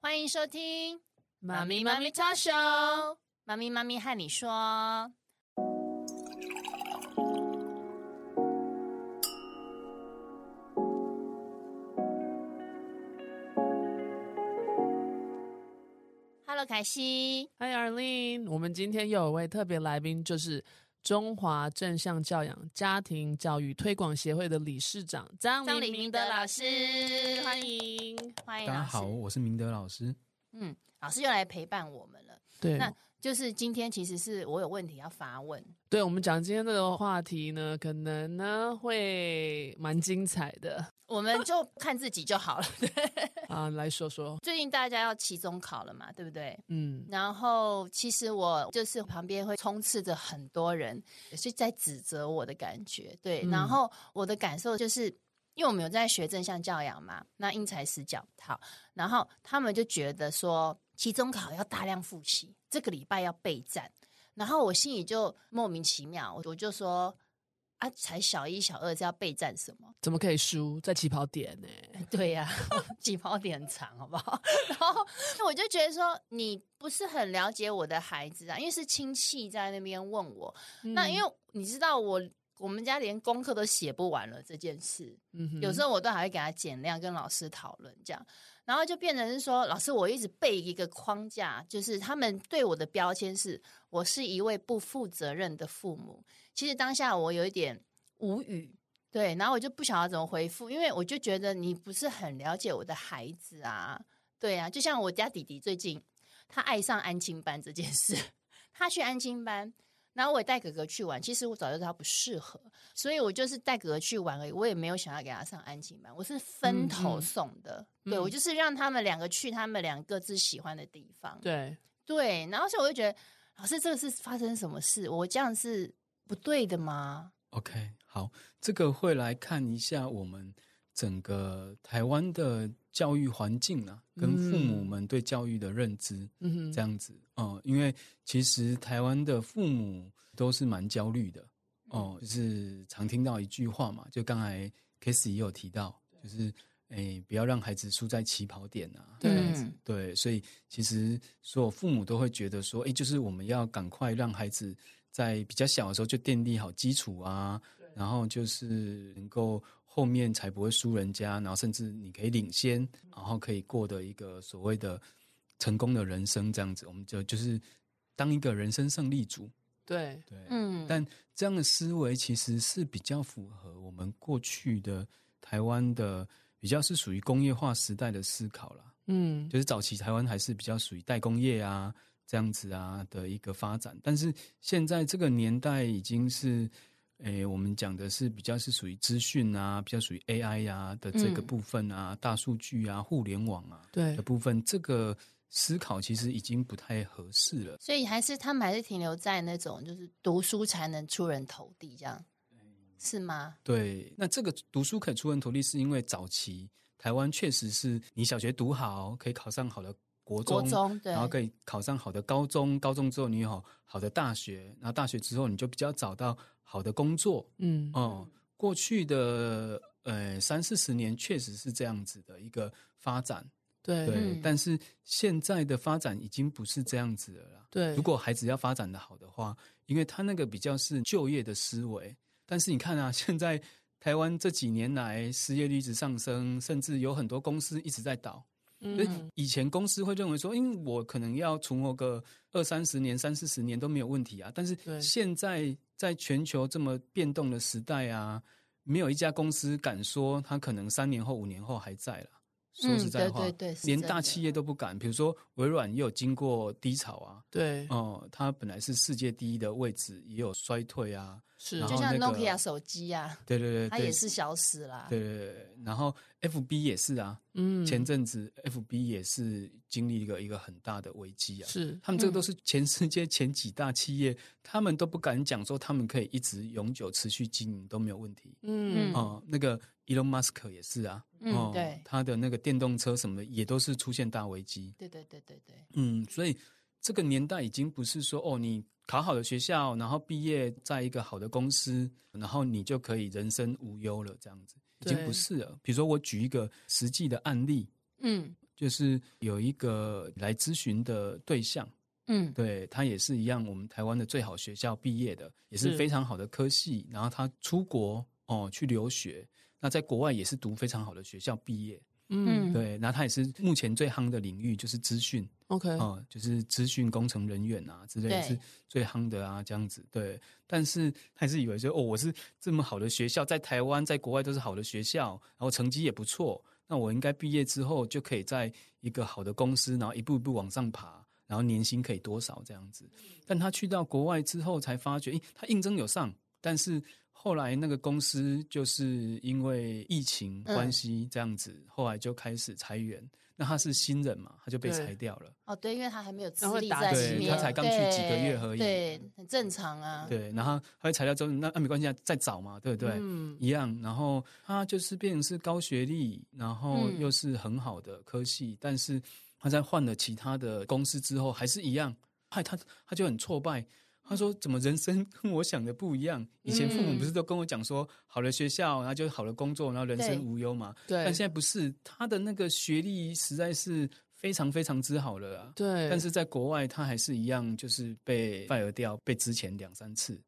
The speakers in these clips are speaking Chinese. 欢迎收听《妈咪妈咪超秀》，妈咪妈咪和你说。Hello，凯西，嗨，Arlene，我们今天又有位特别来宾，就是中华正向教养家庭教育推广协会的理事长张张黎李明明德德老老师师，欢迎。欢迎大家哎老好，师。我是明德老师。嗯，老师又来陪伴我们了。对那就是今天，其实是我有问题要发问，对，我们讲今天这个话题呢，可能呢会蛮精彩的 我们就看自己就好了。 啊，来说说，最近大家要期中考了嘛，对不对？嗯，然后其实我就是旁边会充斥着很多人，也是在指责我的感觉。对，嗯然后我的感受就是。因为我们有在学正向教养嘛，那因材施教，好，然后他们就觉得说，期中考要大量复习，这个礼拜要备战，然后我心里就莫名其妙，我我就说，啊，才小一、小二是要备战什么？怎么可以输在起跑点呢？对呀、 起跑点很长，好不好？ 然后我就觉得说，你不是很了解我的孩子啊，因为是亲戚在那边问我。那因为你知道我。我们家连功课都写不完了这件事，嗯哼有时候我都还会给他减量，跟老师讨论这样，然后就变成是说，老师我一直背一个框架，就是他们对我的标签是我是一位不负责任的父母。其实当下我有一点无语，对，然后我就不晓得怎么回复，因为我就觉得你不是很了解我的孩子啊，对啊，就像我家弟弟最近他爱上安亲班这件事，他去安亲班。然后我也带哥哥去玩，其实我早就知道他不适合，所以我就是带哥哥去玩而已，我也没有想要给他上安亲班，我是分头嗯嗯嗯送的，对我就是让他们两个去他们两个各自喜欢的地方，对，对，然后所以我就觉得，老师，这个是发生什么事？我这样是不对的吗？ OK，好，这个会来看一下我们整个台湾的教育环境啊，跟父母们对教育的认知、嗯哼，这样子。哦、因为其实台湾的父母都是蛮焦虑的。哦、就是常听到一句话嘛，就刚才 k i s s 也有提到，就是诶，不要让孩子输在起跑点啊，对这样子嗯对，所以其实所有父母都会觉得说，诶，就是我们要赶快让孩子在比较小的时候就奠定好基础啊，然后就是能够后面才不会输人家，然后甚至你可以领先，然后可以过得一个所谓的成功的人生这样子，我们就就是当一个人生胜利组，对，对，嗯但这样的思维其实是比较符合我们过去的台湾的比较是属于工业化时代的思考啦。嗯，就是早期台湾还是比较属于代工业啊这样子啊的一个发展，但是现在这个年代已经是，诶、我们讲的是比较是属于资讯啊，比较属于 AI 啊的这个嗯部分啊，大数据啊，互联网啊对的，部分，这个思考其实已经不太合适了。所以还是他们还是停留在那种就是读书才能出人头地这样，是吗？对，那这个读书可以出人头地，是因为早期台湾确实是你小学读好，可以考上好的国中，国中对然，后可以考上好的高中，高中之后你有好的大学，然后大学之后你就比较找到好的工作。嗯，哦、过去的呃三四十年确实是这样子的一个发展，对，对，嗯但是现在的发展已经不是这样子了啦。对，如果孩子要发展的好的话，因为他那个比较是就业的思维，但是你看啊， 现在台湾这几年来失业率一直上升，甚至有很多公司一直在倒。嗯所以嗯以前公司会认为说，因为我可能要存活个二三十年、三四十年都没有问题啊，但是对现在在全球这么变动的时代啊，没有一家公司敢说它可能三年后、五年后还在了。说实在嗯话，对对对是连真的大企业都不敢。比如说微软也有经过低潮啊，对，哦，它本来是世界第一的位置，也有衰退啊。是然就后像那个 Nokia 手机啊，对对对，它对也。是啊消失啦。对对对对，然后 F B 也是啊，嗯，前阵子 F B 也是经历一个一个很大的危机啊。是，他们嗯这个都是全世界前几大企业，他们都不敢讲说他们可以一直永久持续经营都没有问题。嗯嗯哦、那个 Elon Musk 也是啊，嗯哦对他的那个电动车什么的也都是出现大危机。对对对对对，嗯，所以这个年代已经不是说哦，你考好的学校，然后毕业在一个好的公司，然后你就可以人生无忧了，这样子已经对不是了。比如说，我举一个实际的案例，嗯就是有一个来咨询的对象，嗯对他也是一样，我们台湾的最好学校毕业的，也是是非常好的科系，然后他出国哦去留学，那在国外也是读非常好的学校毕业，嗯对，然后他也是目前最夯的领域就是资讯， ，OK，哦、就是资讯工程人员啊之类的对是最夯的啊，这样子对。但是还是以为说，哦，我是这么好的学校，在台湾、在国外都是好的学校，然后成绩也不错，那我应该毕业之后就可以在一个好的公司，然后一步一步往上爬，然后年薪可以多少这样子。嗯但他去到国外之后才发觉，诶，他应征有上，但是。后来那个公司就是因为疫情关嗯系这样子，后来就开始裁员。那他是新人嘛，他就被对裁掉了。哦对，因为他还没有资然后历打在击里面，他才刚去几个对月而已对，很正常啊。对，然后他会裁掉之后，那、啊、没关系，啊，再找嘛，对不对？嗯，一样，然后他就是变成是高学历，然后嗯又是很好的科系，但是他在换了其他的公司之后，还是一样，害他他就很挫败。他说：“怎么人生跟我想的不一样？以前父母不是都跟我讲说，好的学校，然后就好的工作，然后人对生无忧嘛。对，但现在不是，他的那个学历实在是非常非常之好了啊。对，但是在国外，他还是一样，就是被 fire 掉，被之前两三次。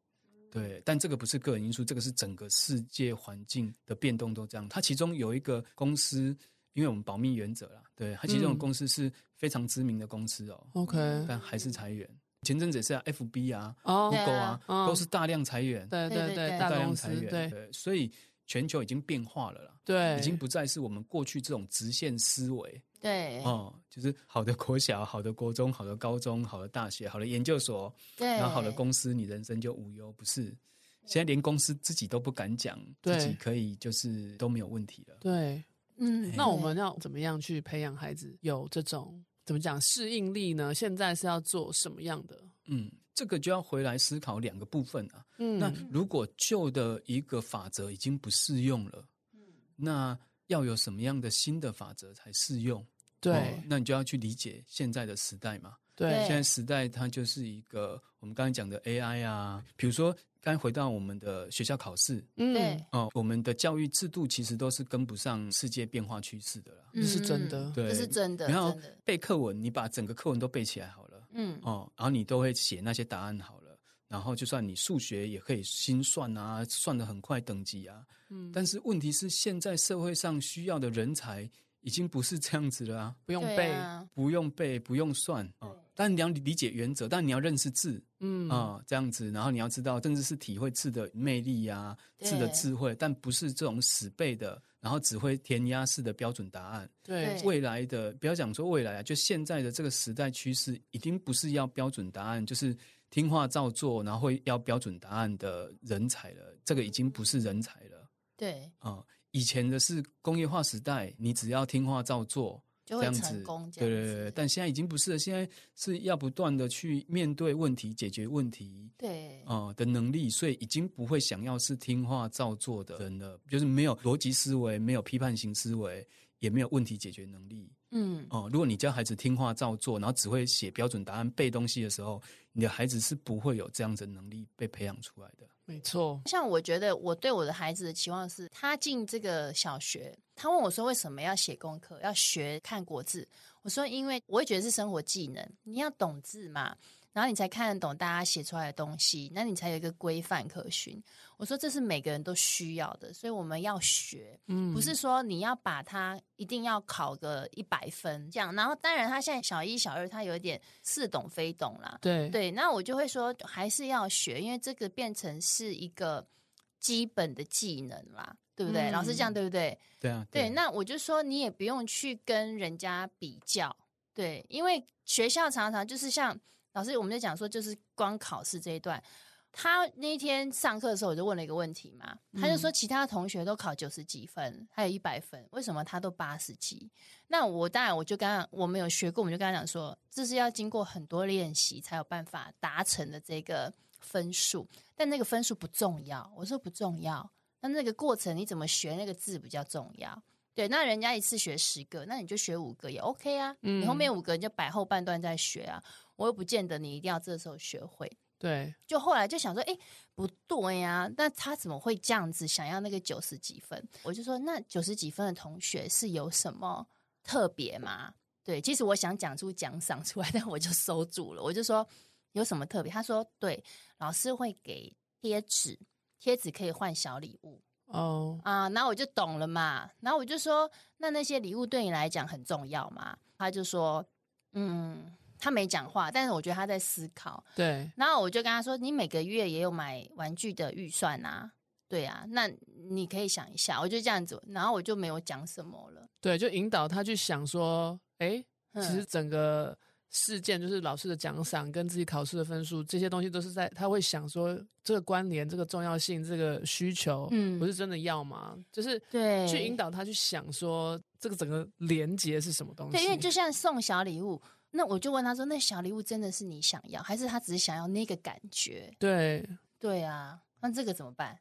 对，但这个不是个人因素，这个是整个世界环境的变动都这样。它其中有一个公司，因为我们保密原则啦，对，它其中有嗯公司是非常知名的公司哦， OK，但还是裁员。前阵子也是啊，FB 啊、哦，对 Google 啊，嗯都是大量裁员，对对对对对对，大大公量司裁员，对对，所以全球已经变化了啦。对，已经不再是我们过去这种直线思维，对哦，就是好的国小、好的国中、好的高中、好的大学、好的研究所，对，然后好的公司，你人生就无忧，不是？现在连公司自己都不敢讲，对自己可以就是都没有问题了。对。嗯，那我对们要怎么样去培养孩子有这种怎么讲适应力呢？现在是要做什么样的？嗯，这个就要回来思考两个部分啊。嗯，那如果旧的一个法则已经不适用了，嗯那要有什么样的新的法则才适用？哦对那你就要去理解现在的时代嘛。对对现在时代它就是一个我们刚才讲的 AI 啊，比如说刚才回到我们的学校考试嗯对，哦，我们的教育制度其实都是跟不上世界变化趋势的啦。这是真嗯的嗯对这是真的，然后真的，背课文，你把整个课文都背起来好了嗯，哦，然后你都会写那些答案好了，然后就算你数学也可以心算啊，算得很快等级啊。嗯，但是问题是，现在社会上需要的人才已经不是这样子了啊，不用对背，啊不用背，不用算啊。哦但你要理解原则，但你要认识字，嗯啊、这样子，然后你要知道，甚至是体会字的魅力啊，字的对智慧，但不是这种死背的，然后只会填鸭式的标准答案。对对未来的，不要讲说未来啊，就现在的这个时代趋势，已经不是要标准答案，就是听话照做，然后会要标准答案的人才了。这个已经不是人才了对，啊、以前的是工业化时代，你只要听话照做，就这会样成子功，，这对样对对对。子但现在已经不是了，现在是要不断的去面对问题、解决问题，对哦的能力，所以已经不会想要是听话照做的人了，就是没有逻辑思维，没有批判型思维，也没有问题解决能力。嗯，哦，如果你教孩子听话照做，然后只会写标准答案、背东西的时候，你的孩子是不会有这样子的能力被培养出来的。没错，像我觉得我对我的孩子的期望是，他进这个小学，他问我说为什么要写功课，要学看国字，我说因为我会觉得是生活技能，你要懂字嘛。然后你才看得懂大家写出来的东西，那你才有一个规范可循。我说这是每个人都需要的，所以我们要学。嗯，不是说你要把它一定要考个一百分这样。然后当然，他现在小一、小二，他有一点似懂非懂啦。对对，那我就会说还是要学，因为这个变成是一个基本的技能啦，对不对？嗯老师这样对不对？对啊，对，那我就说你也不用去跟人家比较，对，因为学校常常就是像老师我们在讲说，就是光考试这一段。他那天上课的时候，我就问了一个问题嘛，他就说其他同学都考九十几分，还有一百分，为什么他都八十几？那我当然我就跟他，我们有学过，我们就跟他讲说，这是要经过很多练习才有办法达成的这个分数，但那个分数不重要，我说不重要，那那个过程你怎么学那个字比较重要。对，那人家一次学十个，那你就学五个也 OK 啊。你后嗯面五个你就摆后半段再学啊，我又不见得你一定要这时候学会。对就后来就想说，哎，不对呀、那他怎么会这样子想要那个九十几分？我就说，那九十几分的同学是有什么特别吗？对，其实我想讲出奖赏出来， 但我就收住了。我就说有什么特别？他说对，老师会给贴纸，贴纸可以换小礼物哦，啊。然后我就懂了嘛。然后我就说，那那些礼物对你来讲很重要吗？他就说，嗯，他没讲话，但是我觉得他在思考。对，然后我就跟他说，你每个月也有买玩具的预算啊。对啊，那你可以想一下，我就这样子，然后我就没有讲什么了。对，就引导他去想说，哎，嗯其实整个事件就是老师的奖赏跟自己考试的分数这些东西都是在他会想说这个关联、这个重要性、这个需求，嗯不是真的要吗？就是对，去引导他去想说这个整个连接是什么东西。对，因为就像送小礼物，那我就问他说：“那小礼物真的是你想要，还是他只是想要那个感觉对，？”对啊，那这个怎么办？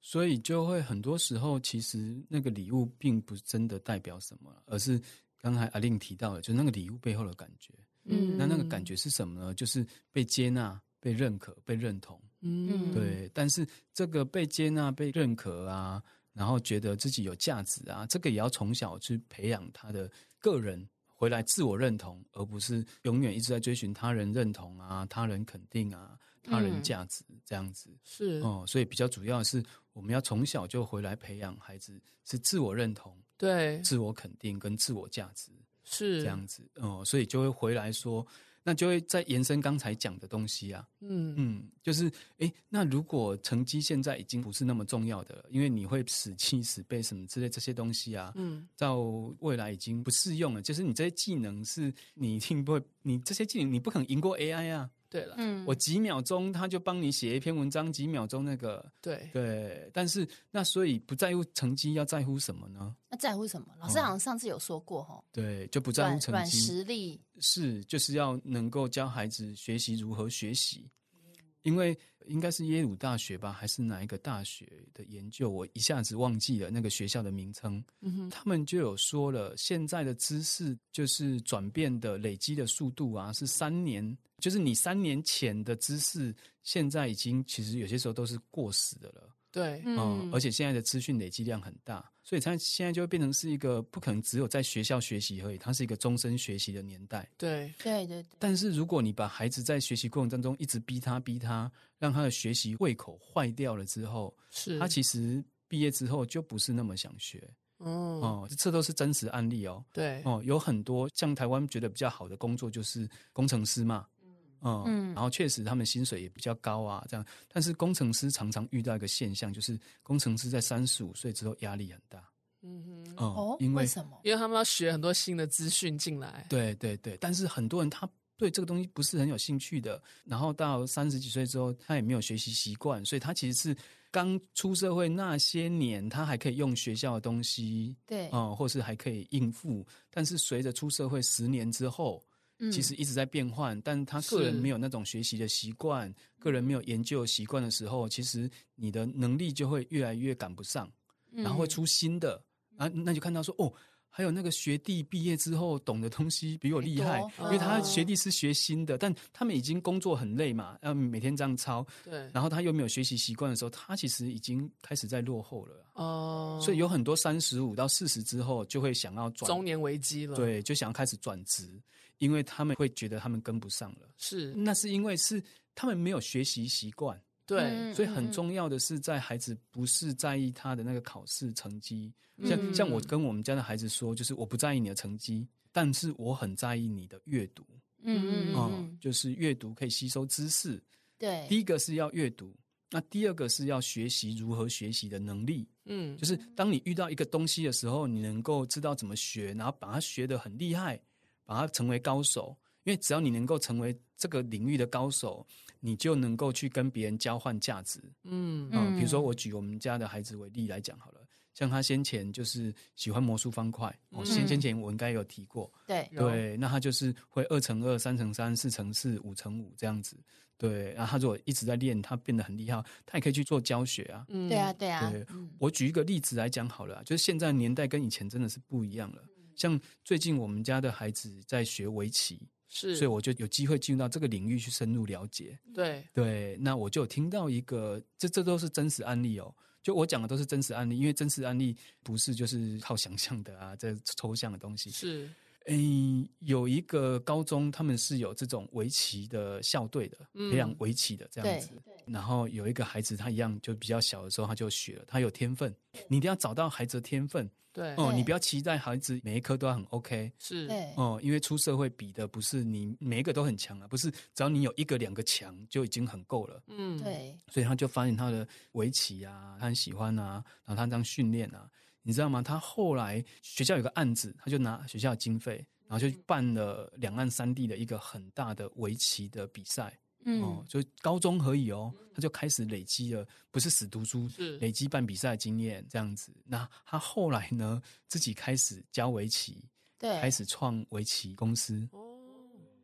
所以就会很多时候，其实那个礼物并不真的代表什么，而是刚才阿令提到的，就是那个礼物背后的感觉。嗯那那个感觉是什么呢？就是被接纳、被认可、被认同。嗯，对，但是这个被接纳、被认可啊，然后觉得自己有价值啊，这个也要从小去培养他的个人回来自我认同，而不是永远一直在追寻他人认同啊、他人肯定啊、他人嗯价值这样子。是，哦，所以比较主要的是我们要从小就回来培养孩子是自我认同、对，自我肯定跟自我价值是这样，子。哦，所以就会回来说，那就会再延伸刚才讲的东西啊。嗯，嗯，就是诶，那如果成绩现在已经不是那么重要的了，因为你会死记死背什么之类这些东西啊，嗯，到未来已经不适用了。就是你这些技能是你一定不会，你这些技能你不可能赢过 AI 啊。对了，嗯，我几秒钟他就帮你写一篇文章，几秒钟那个对，对，但是那所以不在乎成绩，要在乎什么呢？那在乎什么？老师哦好像上次有说过吼，对，就不在软乎成软绩，实力，是就是要能够教孩子学习如何学习。因为应该是耶鲁大学吧，还是哪一个大学的研究，我一下子忘记了那个学校的名称。嗯哼，他们就有说了，现在的知识就是转变的累积的速度啊，是三年，就是你三年前的知识，现在已经其实有些时候都是过时的了。对，嗯，而且且现在的资讯累积量很大，所以它现在就会变成是一个不可能只有在学校学习而已，它是一个终身学习的年代。对，对对对，但是如果你把孩子在学习过程当中一直逼他逼他，让他的学习胃口坏掉了之后，是，他其实毕业之后就不是那么想学嗯，哦、这都是真实案例哦。对，哦，有很多像台湾觉得比较好的工作就是工程师嘛，嗯嗯然后确实他们薪水也比较高啊，这样。但是工程师常常遇到一个现象，就是工程师在三十五岁之后压力很大，嗯哼，嗯，哦，因为为什么？因为他们要学很多新的资讯进来，对对对，但是很多人他。对这个东西不是很有兴趣的，然后到三十几岁之后，他也没有学习习惯，所以他其实是刚出社会那些年，他还可以用学校的东西，对，嗯，或是还可以应付。但是随着出社会十年之后，嗯其实一直在变换，但他个人是没有那种学习的习惯，个人没有研究的习惯的时候，其实你的能力就会越来越赶不上，嗯然后会嗯出新的，啊，那就看到说哦。还有那个学弟毕业之后懂的东西比我厉害，很嗯因多为他哦学弟是学新的，但他们已经工作很累嘛，要每天这样抄，对，然后他又没有学习习惯的时候，他其实已经开始在落后了啊。哦，所以有很多三十五到四十之后就会想要转中，年危机了，，对，就想要开始转职，因为他们会觉得他们跟不上了。是，那是因为是他们没有学习习惯，对，嗯所以很重要的是在孩子不是在意他的那个考试成绩，像嗯像我跟我们家的孩子说，就是我不在意你的成绩，但是我很在意你的阅读，嗯嗯哦、嗯，就是阅读可以吸收知识，第对，一个是要阅读，那第二个是要学习如何学习的能力，嗯，就是当你遇到一个东西的时候，你能够知道怎么学，然后把它学得很厉害，把它成为高手。因为只要你能够成为这个领域的高手，你就能够去跟别人交换价值。嗯，嗯嗯，比如说我举我们家的孩子为例来讲好了，像他先前就是喜欢魔术方块，哦，先嗯先前我应该有提过，对，有，对，那他就是会二乘二、三乘三、四乘四、五乘五这样子。对，然后他如果一直在练，他变得很厉害，他也可以去做教学啊。嗯，对啊，，对啊对，嗯我举一个例子来讲好了啊、就是现在年代跟以前真的是不一样了。嗯像最近我们家的孩子在学围棋，是，所以我就有机会进入到这个领域去深入了解。对，对，那我就有听到一个，这这都是真实案例哦。就我讲的都是真实案例，因为真实案例不是就是靠想象的啊，这抽象的东西。是，诶，有一个高中，他们是有这种围棋的校队的，培养嗯围棋的这对样子。然后有一个孩子，他一样就比较小的时候他就学了，他有天分，你一定要找到孩子的天分对，哦，对你不要期待孩子每一科都要很 OK 是，对哦，因为出社会比的不是你每一个都很强啊，不是只要你有一个两个强就已经很够了。嗯，，对，所以他就发现他的围棋啊，他很喜欢啊，然后他这样训练啊，你知道吗？他后来学校有个案子，他就拿学校的经费，然后就办了两岸三地的一个很大的围棋的比赛、哦嗯，，就高中可以哦，他就开始累积了，不是死读书是，累积办比赛的经验这样子。那他后来呢，自己开始教围棋，对，开始创围棋公司，哦，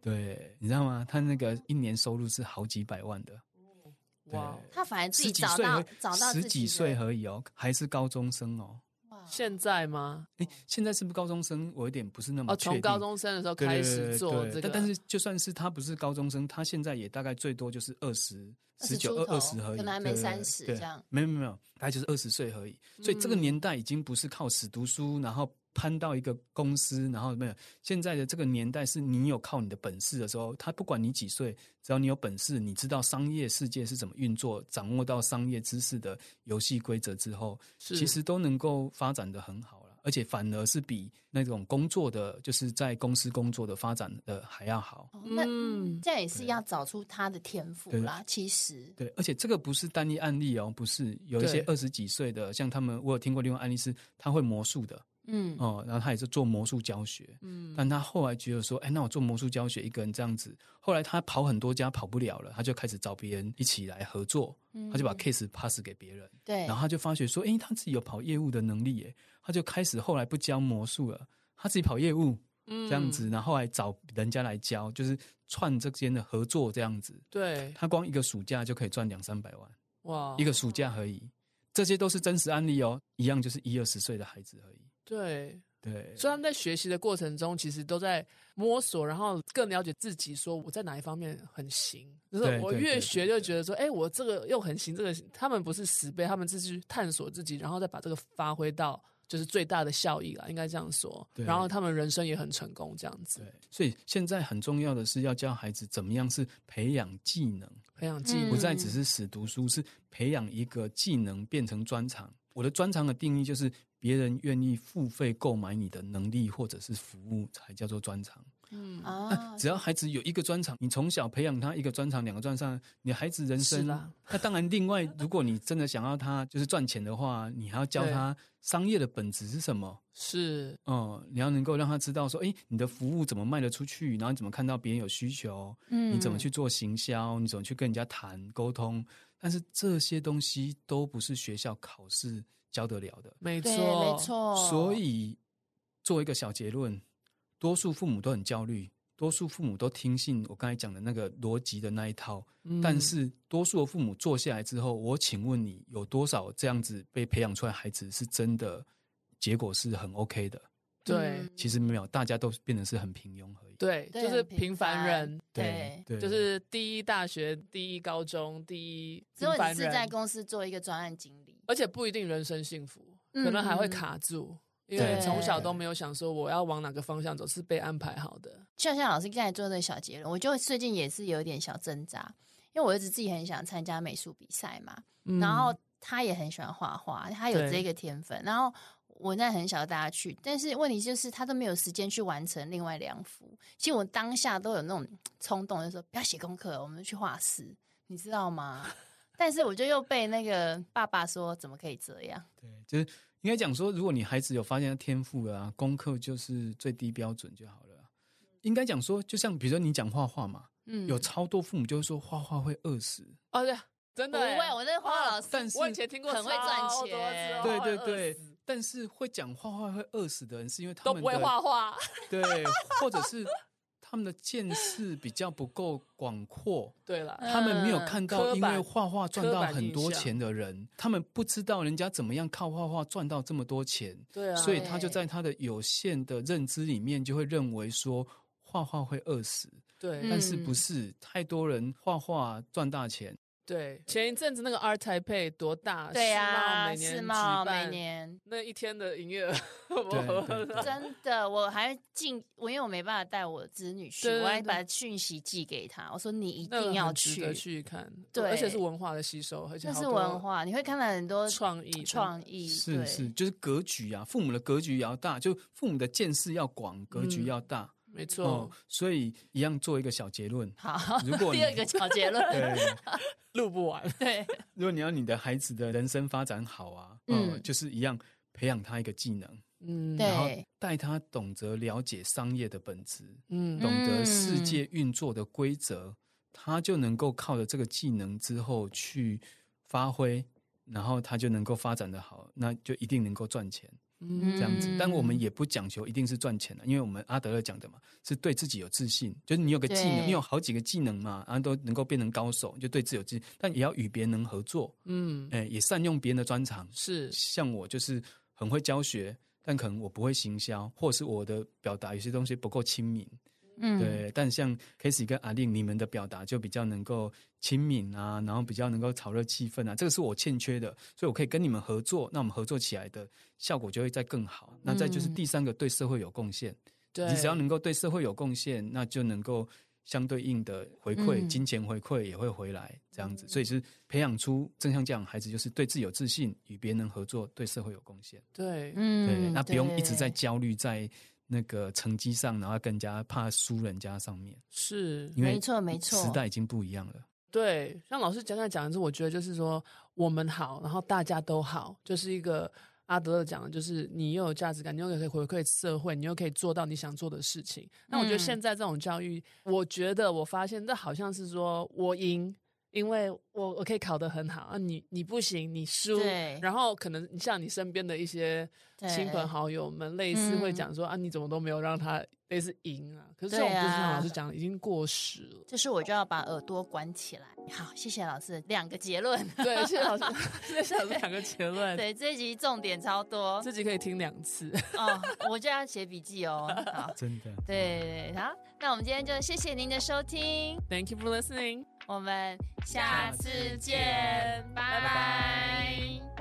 对，你知道吗？他那个一年收入是好几百万的。哇，哦他反而自己十几找岁到而找到十自己几的岁而已哦，还是高中生哦。哇现在吗？哎，现在是不是高中生？我有点不是那么哦，嗯确定。从高中生的时候对对开始对做对这个，但但是就算是他不是高中生，他现在也大概最多就是二十、 20十九、出头二二十而已，可能还没对对对30对这样没有没有没有，大概就是二十岁而已。所以这个嗯年代已经不是靠死读书，然后攀到一个公司，然后没有现在的这个年代是你有靠你的本事的时候，他不管你几岁，只要你有本事，你知道商业世界是怎么运作，掌握到商业知识的游戏规则之后，是其实都能够发展的很好了，而且反而是比那种工作的，就是在公司工作的发展的还要好。哦那嗯，这样也是对要找出他的天赋对啦。其实，对，而且这个不是单一案例哦，不是有一些对二十几岁的，像他们，我有听过另外案例是他会魔术的嗯，哦，然后他也是做魔术教学，嗯，但他后来觉得说，哎，那我做魔术教学一个人这样子，后来他跑很多家跑不了了，他就开始找别人一起来合作，他就把嗯 case pass 给别人，对，然后他就发觉说，哎诶，他自己有跑业务的能力耶，他就开始后来不教魔术了，他自己跑业务这这样嗯嗯子，，然后后来找人家来教，就是串这间的合作这样子，对，他光一个暑假就可以赚两三百万，哇，哦一个暑假而哦已，这些都是真实案例哦，一样就是一二十岁的孩子而已，对，对，所以他们在学习的过程中，其实都在摸索，然后更了解自己，说我在哪一方面很行。就是对我对越对学对就对觉得说，哎，我这个又很行，这个他们不是死背，他们自己去探索自己，然后再把这个发挥到就是最大的效益了，应该这样说。对然后他们人生也很成功，这样子嗯对，所以现在很重要的是要教孩子怎么样是培养技能，培养技嗯能。不再只是死读书，是培养一个技能变成专长。我的专长的定义就是别人愿意付费购买你的能力或者是服务，才叫做专长。嗯 啊，只要孩子有一个专长，你从小培养他一个专长、两个专长，你孩子人是生啦。那当然，另外，如果你真的想要他就是赚钱的话，你还要教对他商业的本质是什么。是哦、你要能够让他知道说，诶，你的服务怎么卖得出去，然后你怎么看到别人有需求，嗯你怎么去做行销，你怎么去跟人家谈沟通，但是这些东西都不是学校考试教得了的。没错，对，没错，嗯所以做一个小结论，多数父母都很焦虑，多数父母都听信我刚才讲的那个逻辑的那一套，嗯但是多数的父母坐下来之后，我请问你，有多少这样子被培养出来的孩子是真的结果是很 OK 的？对嗯其实没有，大家都变得是很平庸而已。对，对就是很平平凡凡人，对。对，就是第一大学、第一高中、第一如平果你凡是人，在公司做一个专案经理，而且不一定人生幸福，嗯可能还会嗯卡住，因为对从小都没有想说我要往哪个方向走，是被安排好的。就像老师刚才做的小结论，我就最近也是有一点小挣扎，因为我儿子自己很想参加美术比赛嘛，嗯然后他也很喜欢画画，他有对这个天分，然后。我那很小带他去，但是问题就是他都没有时间去完成另外两幅。其实我当下都有那种冲动，就说不要写功课，我们去画室，你知道吗？但是我就又被那个爸爸说怎么可以这样？对，就是应该讲说，如果你孩子有发现他天赋了啊，功课就是最低标准就好了啊。应该讲说，就像比如说你讲画画嘛，嗯，有超多父母就会说画画会饿死。哦对，真不的欸会，我那画老师但是 我以前听过很会赚超多钱次对哦对会饿对死，但是会讲画画会饿死的人，是因为他都们不会的画画，对，或者是他们的见识比较不够广阔。对了，嗯他们没有看到呃刻因板为画画赚刻到板很印多象钱的人，他们不知道人家怎么样靠画画赚到这么多钱，对啊，所以对他就在他的有限的认知里面，就会认为说画画会饿死，对嗯但是不是太多人画画赚大钱，对，前一阵子那个 Art Taipei 多大？对呀、啊，每年世举贸每办 年那一天的营业额， 对对真的，我还进，我因为我没办法带我子女去，对对我还对把讯息寄给他，我说你一那个定要很值得去，去看，对而且是文化的吸收，而且那好是多文化，你会看到很多创意创嗯意，是对是，就是格局啊，父母的格局也要大，就父母的见识要广，格局嗯要大、没错、哦。所以一样做一个小结 论，好，如果你第二个小结论，对，录不完。对，如果你要你的孩子的人生发展好啊，嗯、嗯就是一样培养他一个技能，嗯，对然后带他懂得了解商业的本质，嗯懂得世界运作的规则，他就能够靠着这个技能之后去发挥，然后他就能够发展的好，那就一定能够赚钱。嗯这样子。但我们嗯也不讲求一定是赚钱的，因为我们阿德勒讲的嘛，是对自己有自信，就是你有个技能，对你有好几个技能嘛，然、后都能够变成高手，就对自己有自信，但也要与别人合作，嗯，哎、也善用别人的专长。是像我就是很会教学。但可能我不会行销，或者是我的表达有些东西不够亲民，嗯，对。但像 Casey 跟阿令，你们的表达就比较能够亲民啊，然后比较能够炒热气氛啊，这个是我欠缺的，所以我可以跟你们合作，那我们合作起来的效果就会再更好。那再就是嗯第三个，对社会有贡献，对，你只要能够对社会有贡献，那就能够相对应的回馈，嗯金钱回馈也会回来，这样子。所以是培养出正向教养孩子，就是对自己有自信，与别人合作，对社会有贡献。对，对，嗯，那不用一直在对焦虑在那个成绩上，然后更加怕输人家上面，是因为没错没错时代已经不一样了。对，像老师讲讲讲的是，我觉得就是说我们好，然后大家都好，就是一个阿德勒讲的，就是你又有价值感，你又可以回馈社会，你又可以做到你想做的事情。那我觉得嗯现在这种教育，我觉得我发现这好像是说我赢。因为我我可以考得很好啊，你你不行，你输对，然后可能你像你身边的一些对亲朋好友们，类似会嗯讲说、啊，你怎么都没有让他类似赢啊？可是这种对就是像老啊师讲的，已经过时了。这时我就要把耳朵关起来。好，谢谢老师，两个结 论。对，谢谢老师， 谢谢老师两个结论，对，这一集重点超多自己可以听两次。哦，我就要写笔记哦。好，真的，对对，好，那我们今天就谢谢您的收听， Thank you for listening. 我们下次见，拜拜